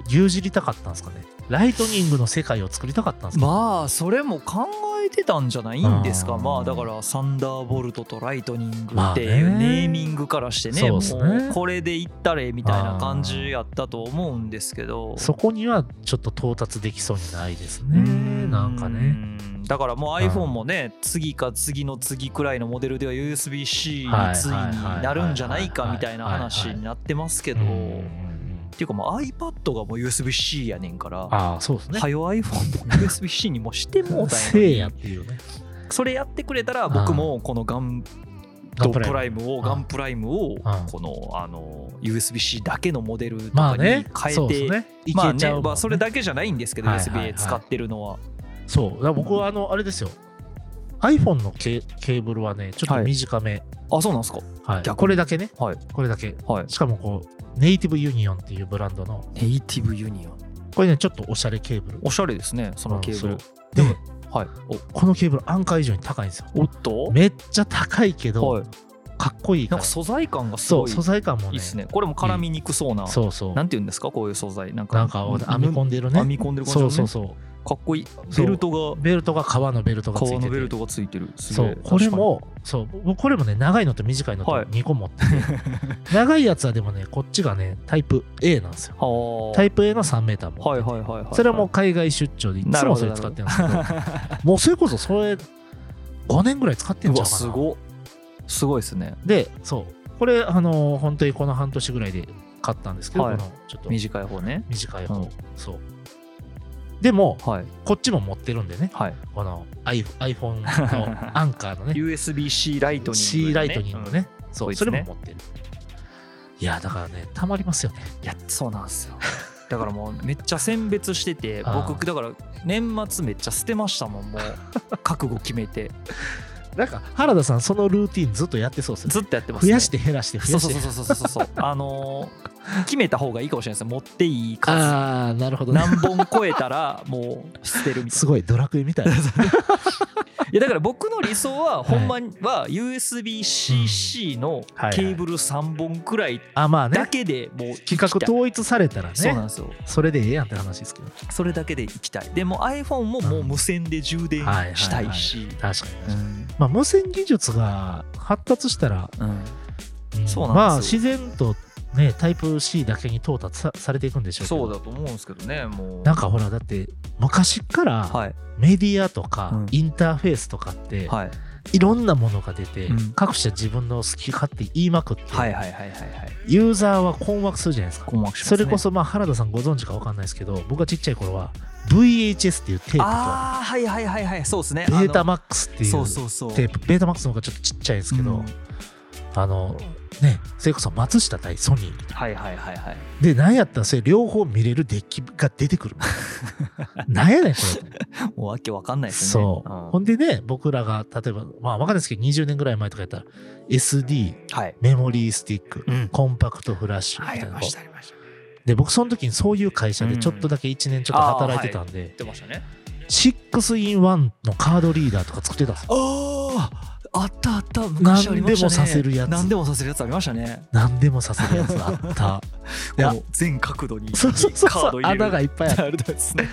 S1: 牛耳りたかったんですかねライトニングの世界を作りたかったんですか
S2: まあそれも考えてたんじゃないんですか
S1: うん
S2: まあだからサンダーボルトとライトニング
S1: まあ
S2: って
S1: ね
S2: いうネーミングからしてね,、
S1: そうっすね
S2: もうこれでいったれみたいな感じやったと思うんですけど
S1: そこにはちょっと到達できそうにないですねなんか
S2: う
S1: ね
S2: んだからもう iPhone もね次か次の次くらいのモデルでは USB-C に
S1: はい
S2: ついになるんじゃないかみたいな話になってますけどっ
S1: うん
S2: ていうかもう iPad がもう USB-C やねんから
S1: ああそうですね
S2: はよ iPhone も USB-C にもしてもうたんやの
S1: せ
S2: に
S1: いやっていうね
S2: それやってくれたら僕もこのガン
S1: ガ
S2: ド
S1: ンプライム
S2: プライムを
S1: ん
S2: ガンプライムを
S1: ん
S2: このあの USB-C だけのモデルと
S1: ま
S2: か
S1: あ
S2: に変え
S1: ね
S2: て、
S1: そうですね。い
S2: まあ
S1: けちゃう
S2: ね
S1: もんね
S2: まあそれだけじゃないんですけど
S1: はいはいはい
S2: USB 使ってるのは
S1: そう。だから僕はあの、あれですよ。iPhone のケケーブルはね、ちょっと短め。
S2: あそうなんですか
S1: はい。
S2: 逆に
S1: これだけね。
S2: はい
S1: これだけ。
S2: はい
S1: しかもこう、ネイティブユニオンっていうブランドの、
S2: ネイティブユニオン
S1: これね、ちょっとおしゃれケーブル。
S2: おしゃれですねそのケーブル
S1: うんそうで、
S2: はいお
S1: このケーブル安価以上に高いんですよ
S2: おっと
S1: めっちゃ高いけど、
S2: はい、
S1: かっこいいか
S2: なん
S1: ら
S2: か素材感がす
S1: そ
S2: ご
S1: う
S2: い
S1: 素材感もね
S2: いいっすねこれも絡みにくそうな、
S1: そうそう
S2: なんていうんですかこういう素材なんか
S1: なんか編み込んでるね
S2: 編み込んでる感じ
S1: そ
S2: の
S1: う
S2: ね
S1: そうそ
S2: かっこいい
S1: そう
S2: ベルト
S1: うベルトが革のベルト
S2: が
S1: がつい
S2: 革
S1: て
S2: の
S1: て
S2: ベルトがついてるす
S1: そ
S2: げえ
S1: うこれもそう僕これもね長いのと短いのと
S2: はい
S1: 2個持ってて、 長いやつはでもねこっちがねタイプ A なんですよ
S2: 確かにはあ
S1: タイプ A の 3m も、
S2: はいはいはいはい
S1: それはもう海外出張でいつもそれ使ってるんですけどもうそれこそそれ5年ぐらい使ってん
S2: う
S1: ちゃ
S2: わ
S1: うか
S2: す
S1: な
S2: ごっすごいですね
S1: でそうこれあのー本当にこの半年ぐらいで買ったんですけど、
S2: はい
S1: このちょっと
S2: 短い方ね
S1: 短い方、
S2: うん
S1: そうでも
S2: はい
S1: こっちも持ってるんでね
S2: はい
S1: この iPhone のアンカーのね
S2: USB-C ライトニング、ね、
S1: C ライトニングね、そう
S2: こいつ
S1: そ
S2: ね
S1: れも持ってるいやだからねたまりますよね
S2: いやそうなんですよだからもうめっちゃ選別してて
S1: あー
S2: 僕だから年末めっちゃ捨てましたもんもう 覚悟決めて
S1: なんか原田さんそのルーティンずっとやってそうですよね
S2: ずっとやってます、ね、
S1: 増やして減らして増
S2: そ
S1: や
S2: う
S1: し
S2: そ
S1: て
S2: うそうそうそうそうそうあのー決めた方がいいかもしれないですね持っていい数
S1: ああなるほどね
S2: 何本超えたらもう捨てるみたい
S1: すごいドラクエみたいな
S2: ないやだから僕の理想はほんまは
S1: うん
S2: USB-CC
S1: は
S2: の
S1: いはい
S2: ケーブル3本くらい
S1: あまあね
S2: だけでもう行き
S1: 企
S2: た
S1: 画
S2: い
S1: 統一されたらね
S2: そうなんですよ
S1: それでええやんって話ですけど
S2: それだけで行きたいでも iPhone ももう無線で充電したいし
S1: 確かに
S2: うん
S1: まあ無線技術が発達したら、
S2: うん
S1: うん
S2: そうなんですよ
S1: まあ自然とねタイプ C だけに到達さされていくんでしょうけど
S2: そうだと思うんですけどねもう
S1: なんかほらだって昔から
S2: はい
S1: メディアとか
S2: うん
S1: インターフェースとかって
S2: はい
S1: いろんなものが出て
S2: うん
S1: 各社自分の好き勝手言いまくって
S2: はいはいはいはいはい
S1: ユーザーは困惑するじゃないですか
S2: 困惑します
S1: そ
S2: ね
S1: れこそまあ原田さんご存知か分かんないですけど僕がちっちゃい頃は VHS っていうテー
S2: ああはいはいはいはいそうですね
S1: プとベータマ
S2: マ
S1: ックスっていう
S2: そうそうそう
S1: テープベータマックスの方がちょっとちっちゃいですけど、
S2: うん
S1: あのねそれこそ松下対ソニー
S2: はいはいはいはい
S1: で何やったらそれ両方見れるデッキが出てくる なんやねんこれ
S2: もうわけわかんないですよ
S1: そ
S2: ね
S1: う、
S2: ん
S1: ほんでね僕らが例えばまあ分かんないですけど20年ぐらい前とかやったら SD
S2: はい
S1: メモリースティック、
S2: うん
S1: コンパクトフラッシュみ
S2: あ
S1: たい
S2: り
S1: なの
S2: ましたありました
S1: で僕その時にそういう会社でちょっとだけ1年ちょっと働いてたんで、
S2: 言ってましたね
S1: 6 in 1のカードリーダーとか作ってたんですよ
S2: あああったあった昔ありま
S1: 何
S2: したね
S1: でもさせるやつ
S2: 何でもさせるやつありましたね
S1: 何でもさせるやつがあったいや
S2: こう全角度にカ
S1: そうそうそう
S2: ー
S1: そ
S2: ド
S1: う
S2: 入れる
S1: 穴がいっぱいある
S2: あるですね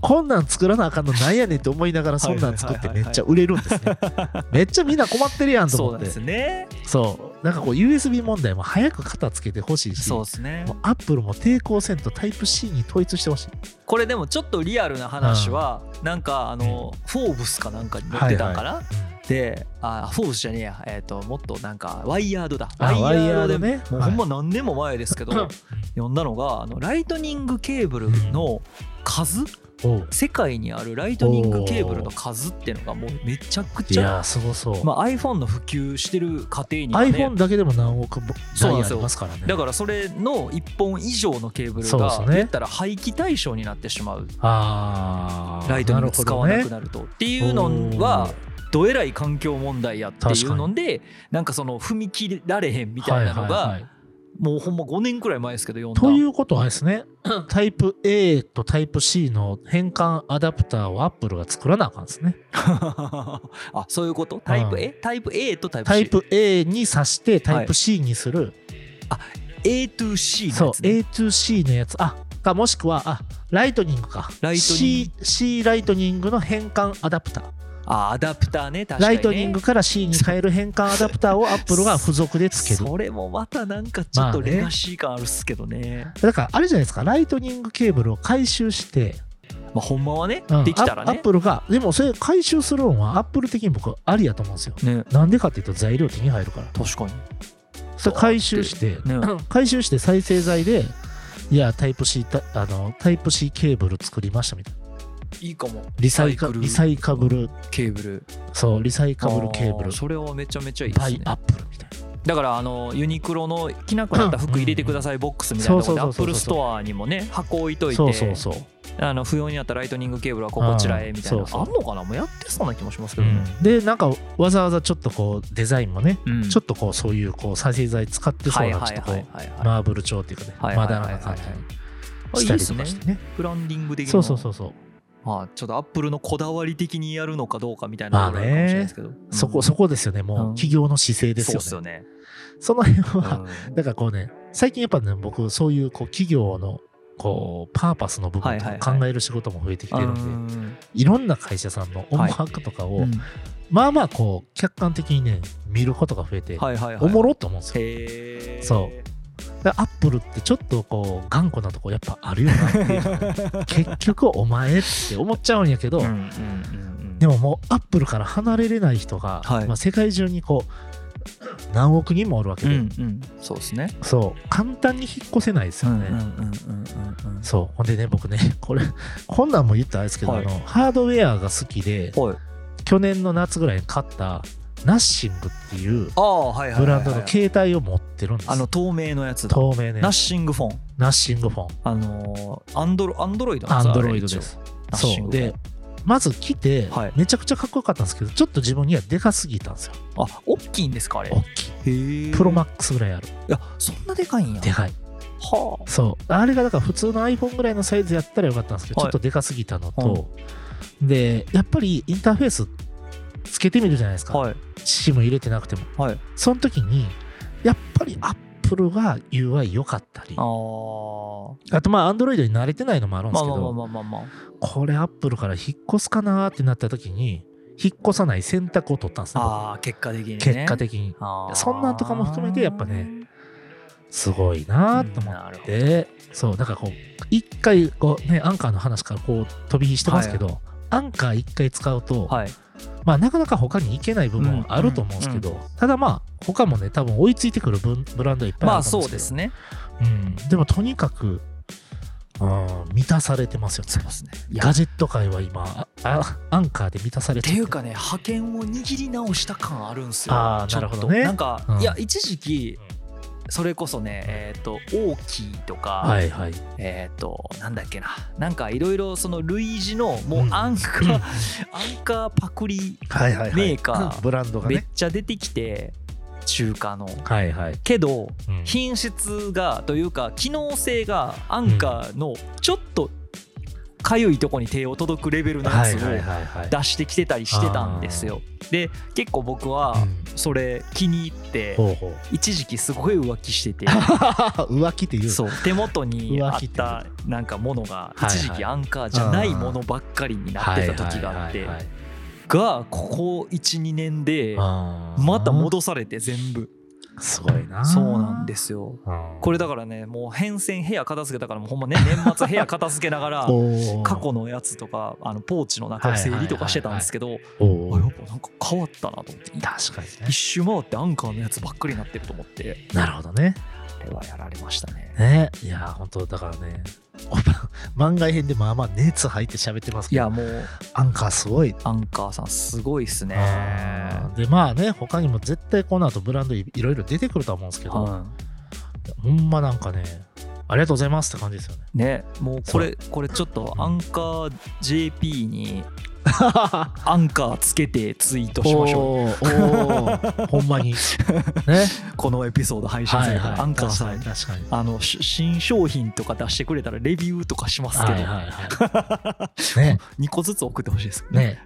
S1: こんなん作らなあかんのなんやねんって思いながらそんなん作ってめっちゃ売れるんです ねめっちゃみんな困ってるやんと
S2: そう
S1: 思
S2: な
S1: っ
S2: ん
S1: て
S2: ですね
S1: そうなんかこう USB 問題も早く片付けてほしいし
S2: そうですね
S1: もうアップルも抵抗せんとタイプ C に統一してほしい
S2: これでもちょっとリアルな話はなんかあの「フォーブス」かなんかに載ってたんかなであフォーブスじゃねえやえっともっとなんかワイヤードだ
S1: あ
S2: ワイヤードで
S1: ワイヤードね
S2: もうほんま何年も前です けど読んだのがあのライトニングケーブルの数
S1: おう
S2: 世界にあるライトニングケーブルの数っていうのがもうめちゃく
S1: い
S2: ち
S1: やー
S2: ゃ、
S1: すごそう、
S2: まあ、iPhone の普及してる過程にはね
S1: iPhone だけでも何億本
S2: そうな
S1: 台
S2: んで
S1: あ
S2: すよ
S1: りますからね
S2: だからそれの1本以上のケーブル
S1: そうです
S2: が
S1: ね
S2: 言ったら廃棄対象になってしまう
S1: あー
S2: ライトニング
S1: るほ
S2: 使
S1: ど
S2: わ
S1: ね
S2: なくなるとっていうの
S1: お
S2: は
S1: ー
S2: どえらい環境問題やっていうのでなんかその踏み切られへんみたいなの
S1: はいはいは
S2: が
S1: い
S2: もうほんま5年くらい前ですけど
S1: と
S2: 読ん
S1: い
S2: だ
S1: う ことはですねタイプ A とタイプ C の変換アダプターをアップルが作らなあかんですね
S2: あそういうことタイプ A? タイプ A とタイプ
S1: タイ
S2: C
S1: プ A に挿してタイプ C にする、
S2: A to C の
S1: そう
S2: やつ、ね
S1: A to C のやつあかもしくはあライトニングか
S2: ライトニン
S1: C, C ライトニングの変換アダプター、
S2: あアダプターね確か
S1: ラ
S2: にね
S1: イトニングから C に変える変換アダプターをアップルが付属でつける
S2: それもまたなんかちょっ
S1: ま
S2: と
S1: あね
S2: レガシー感あるっすけどね,、ま
S1: だからあれじゃないですかライトニングケーブルを回収して、
S2: あほんまはね、
S1: うん
S2: できたら
S1: アッア
S2: ね
S1: ップルがでもそれ回収するのはアップル的に僕はありやと思うんですよ
S2: ね
S1: なんでかっていうと材料手に入るから
S2: 確かに
S1: それ回収して、
S2: ね
S1: 回収して再生材でいやタイプ C たあのタイプ C ケーブル作りましたみたいない
S2: いかも
S1: リサイカ
S2: リサ
S1: リサイ
S2: イクル
S1: カブル
S2: ケーブル
S1: そうリサイカブルケーブル
S2: あそれはめちゃめちゃいいで
S1: バ
S2: す
S1: イ
S2: ね
S1: アップルみたいな
S2: だからあのユニクロの着なくなった服入れてくださいボックスみたいなとこ
S1: そう
S2: ろでア
S1: そう
S2: ッ
S1: そうそ
S2: プ
S1: う
S2: ルストアにもね箱置いとい
S1: そうそう
S2: て
S1: そう、
S2: あの不要になったライトニングケーブルはここちらへみたい
S1: うん
S2: な
S1: そうそう
S2: あんのかなもうやってそうな気もしますけ
S1: う
S2: ど
S1: ん
S2: ね、
S1: でなんかわざわざちょっとこうデザインもね、
S2: うん
S1: ちょっとこうそういうこう再生材使ってそうな、
S2: はい
S1: ちょっと
S2: は
S1: こ、
S2: いうはいはい
S1: マーブル調っていうかね、
S2: はいはい
S1: まだ
S2: はいはい
S1: らな感
S2: はいはい
S1: じにしたりとかしてね
S2: ブランディング的な
S1: そうそうそうそう
S2: まあ、ちょっとアップルのこだわり的にやるのかどうかみたいなところあるかもしれないですけど、
S1: そこ、そこですよね。もう、
S2: うん
S1: 企業の姿勢です
S2: そう
S1: よ
S2: っ
S1: ね。
S2: す
S1: そ
S2: よね。
S1: の辺は、
S2: うん
S1: だからこうね、最近やっぱね、僕、そういうこう企業のこうパーパスの部分と
S2: はいはい
S1: か
S2: はい
S1: 考える仕事も増えてきてるんで、い
S2: うん
S1: ろんな会社さんの思惑とかを、
S2: うん
S1: まあまあこう客観的にね、見ることが増えて、
S2: はいはいはい。
S1: おもろって思うんですよ。
S2: へー
S1: そだからアップルってちょっとこう頑固なとこやっぱあるよなっていう 結局お前って思っちゃうんやけど、
S2: うんうんうんうん
S1: でももうアップルから離れれない人が、
S2: はい
S1: まあ、世界中にこう何億人もおるわけ
S2: うん
S1: で、
S2: うん、そうですね。
S1: そう簡単に引っ越せないですよね。
S2: うんうんうんうんうん
S1: そう。ほんでね、僕ね、これ、こんなんも言ったらあれですけど、
S2: はい
S1: あの、ハードウェアが好きで、
S2: はい。
S1: 去年の夏ぐらいに買った、ナッシングっていう
S2: ああ、はいはいはいはい。
S1: ブランドの携帯を持ってるんです。
S2: あの、透明のやつだ。
S1: 透明ね、
S2: ナッシングフォン。
S1: ナッシングフォン。
S2: あのー、アンドロアンドロイド
S1: ア
S2: な
S1: ン
S2: んか
S1: ドロイドで。す。
S2: ナッシン
S1: そう。
S2: グフォン
S1: で、まず来て
S2: はい、
S1: めちゃくちゃかっこよかったんですけど、ちょっと自分にはでかすぎたんですよ。
S2: あ大きいんですかあれ。
S1: 大きい。
S2: へえ。
S1: プロマ
S2: ッ
S1: ックスぐらいある。
S2: いや、そんなでかいんや。
S1: でかい。
S2: はあ。
S1: そう。あれがだから普通の iPhone ぐらいのサイズやったらよかったんですけど、ち
S2: はい
S1: ょっとでかすぎたのと、で、やっぱりインターフェースつけてみるじゃないですか。
S2: はい
S1: シム入れてなくても。
S2: はい。
S1: その時に、やっぱり Apple が UI 良かったり、
S2: あ
S1: あ
S2: あ。
S1: とまあ Android に慣れてないのもあるんで
S2: ますあ
S1: け
S2: まあまあ
S1: ど、
S2: まあまあまあ。
S1: これ Apple から引っ越すかなーってなった時に、引っ越さない選択を取ったんですね。
S2: ああ、結果的にね。
S1: 結果的に。
S2: あー。
S1: そんなんとかも含めてやっぱねすごいなーと思
S2: なる
S1: っ
S2: ほ
S1: て、そう、だからこう、一回こう、ね、アンカーの話からこう飛び火してますけど、アンカー一回使うと、
S2: はい。
S1: まあ、なかなか他に行けない部分はあると思うんですけど、ただまあ他もね多分追いついてくるブンブランドはいっぱいあ
S2: まあ
S1: ると
S2: そ
S1: 思
S2: うんで
S1: ですす
S2: ね。
S1: けど、うんでもとにかくうん満たされてますよ
S2: そう
S1: ね
S2: ですね。いや
S1: ガジェット界は今ああアンカーで満たされ
S2: ってていうかね覇権を握り直した感あるんですよ
S1: あー
S2: ちょっと
S1: なるほどね
S2: なんか、
S1: うん
S2: いや一時期それこそねえっ、とオーキーとか、
S1: はいはい、
S2: えっ、となんだっけななんかいろいろその類似のもう
S1: うん
S2: アンカー、
S1: うん
S2: アンカーパクリ
S1: はいはいはい
S2: メーカー
S1: ブランドが
S2: めっ
S1: ね
S2: ちゃ出てきて中華の
S1: はいはい、
S2: けど
S1: うん
S2: 品質がというか機能性がアンカーのちょっとかゆいとこに手を届くレベルのや
S1: はい
S2: つ
S1: はい
S2: を
S1: はいはい
S2: 出してきてたりしてたんですよ。で結構僕は
S1: うん
S2: それ気に入って
S1: ほう ほう
S2: 一時期すごい浮気してて
S1: 浮気っていう
S2: そう手元にあ
S1: 浮
S2: っ
S1: 気って言
S2: たなんかもの
S1: は
S2: が
S1: いはい
S2: 一時期アンカーじゃないものばっかりになってた時があって
S1: はいはいはいはい
S2: がここ12年で
S1: あー
S2: また戻されて全部
S1: すごいな
S2: そうなんですすよ。こ
S1: こ
S2: れだからねもう変遷部屋片付けたからもうほん まね年末部屋片付けながら過去のやつとかあのポーチの中を整理とかしてたんですけどあやっぱなんか変わったなと思って
S1: 確かにね
S2: 一周回ってアンカーのやつばっかりになってると思って
S1: なるほどね
S2: あれはやられましたね
S1: ねいや本当だからね おば番外編でもあんまあ熱入って喋ってます
S2: い
S1: けど
S2: やもう
S1: アンカーすごい
S2: アンカーさんすごいっすね
S1: あーでまあね他にも絶対この後ブランドいいろいろ出てくるとは思うんですけど、
S2: は
S1: ほんまなんかねありがとうございますって感じですよね
S2: いねもうこれこれちょっとアンカー JP にアンカーつけてツイートしましょ
S1: お ーおーほんまにね
S2: うこのエピソード配信するからアンカーさん
S1: 確かに確かに
S2: あのし新商品とか出してくれたらレビューとかしますけど、
S1: はいはいはい ね
S2: 2個ずつ送ってほしいです
S1: ね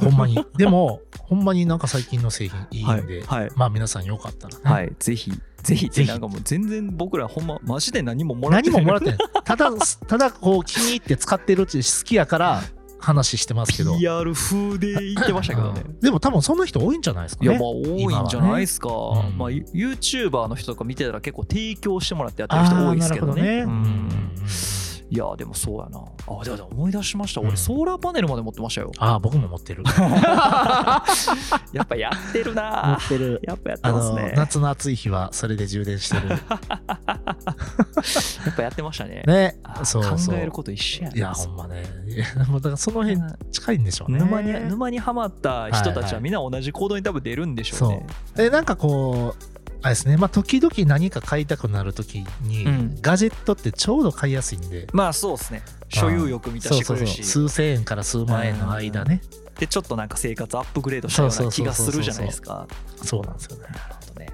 S1: ほんまにでもほんまになんか最近の製品いい
S2: はい
S1: んで、
S2: はい
S1: まあ皆さんよかったらね、
S2: はい、ぜひぜひ
S1: ぜひ
S2: なんかもう全然僕らほんまマジで何ももらって
S1: 何
S2: ない
S1: ももらってないただただこう気に入って使ってるって好きやから話してますけど
S2: PR 風で言ってましたけどね
S1: う。んでも多分そんな人多いんじゃないですか
S2: いや
S1: ね
S2: まあ多いんじゃないですか、
S1: はねうん
S2: まあ、ユ YouTuber の人とか見てたら結構提供してもらってやってる人多いですけどね
S1: あーなるほどねうん
S2: う
S1: うんう
S2: ん
S1: ん
S2: いやでもそうやなあでもでも思い出しました、
S1: う
S2: 俺
S1: ん
S2: ソーラーパネルまで持ってましたよ
S1: ああ僕も持ってる
S2: やっぱやって
S1: 持
S2: るな
S1: ってる
S2: やっぱやって
S1: あ
S2: ます
S1: の
S2: ね
S1: 夏の暑い日はそれで充電して る
S2: やっぱやってましたね
S1: ね
S2: あー
S1: そうそう
S2: 考えること一緒やない
S1: やほんまねいやもうだからその辺近いんでしょうね
S2: 沼に沼にはまった人た
S1: はい
S2: ち
S1: は
S2: はいみんな同じ行動に多分出るんでしょうね。
S1: えなんかこうあれですねまあ時々何か買いたくなる時に、
S2: うん
S1: ガジェットってちょうど買いやすいんで
S2: まあそうですね所有欲満た
S1: そ
S2: し
S1: う
S2: て
S1: そ
S2: く
S1: うそ
S2: る
S1: う
S2: し
S1: 数千円から数万円の間ね
S2: でちょっとなんか生活アップグレードしたような気がするじゃないですか。
S1: そうなんですよね
S2: なるほどね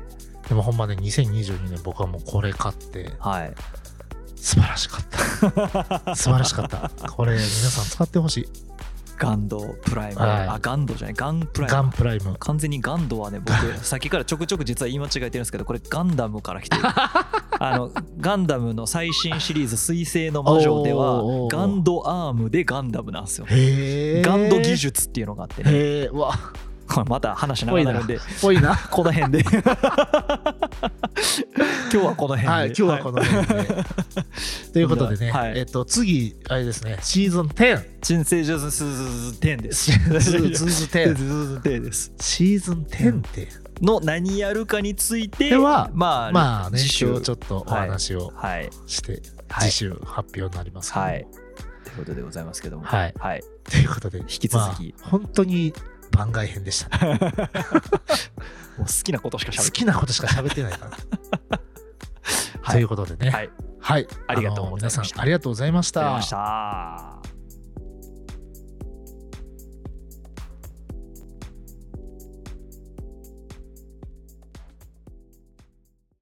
S1: でもほんまね2022年僕はもうこれ買って
S2: はい
S1: 素晴らしかった素晴らしかったこれ皆さん使ってほしい
S2: ガンドプライム、
S1: はい
S2: あガンドじゃないガンプライム
S1: ガンプライム。
S2: 完全にガンドはね 僕さっきからちょくちょく実は言い間違えてるんですけどこれガンダムから来て るあのガンダムの最新シリーズ「水星の魔女」では
S1: おー
S2: ガンドアームでガンダムなんですよ
S1: へえ。
S2: ガンド技。術っていうのがあってね
S1: へえ。うわ、
S2: これまた話
S1: ぽ
S2: 長く
S1: い
S2: な
S1: な
S2: るんで。
S1: ぽ いな。
S2: この辺で 今日はこの辺で
S1: はい、今日はこの辺で。 ということでね、
S2: はい
S1: えっと、次、あれですね、シーズン10。
S2: 人生ジュース10です
S1: ズーズーズ
S2: 10
S1: 10。
S2: です
S1: シーズン10って、
S2: の何やるかについて
S1: では
S2: まあ、
S1: まあね、
S2: 次週
S1: 今日ちょっとお話を
S2: はい
S1: して、
S2: はい
S1: 次週発表になりますけども
S2: はいということでございますけども
S1: はい
S2: はい、
S1: ということで、引
S2: き続き
S1: 本当に番外編で した。
S2: もう好きなことしか喋
S1: 好
S2: ゃ
S1: きなことしか喋ってないから。
S2: はい
S1: ということでね。
S2: はい。
S1: はい。
S2: ありがとうございました
S1: あの皆さん、ありがとうございまし
S2: べ
S1: た
S2: まし。た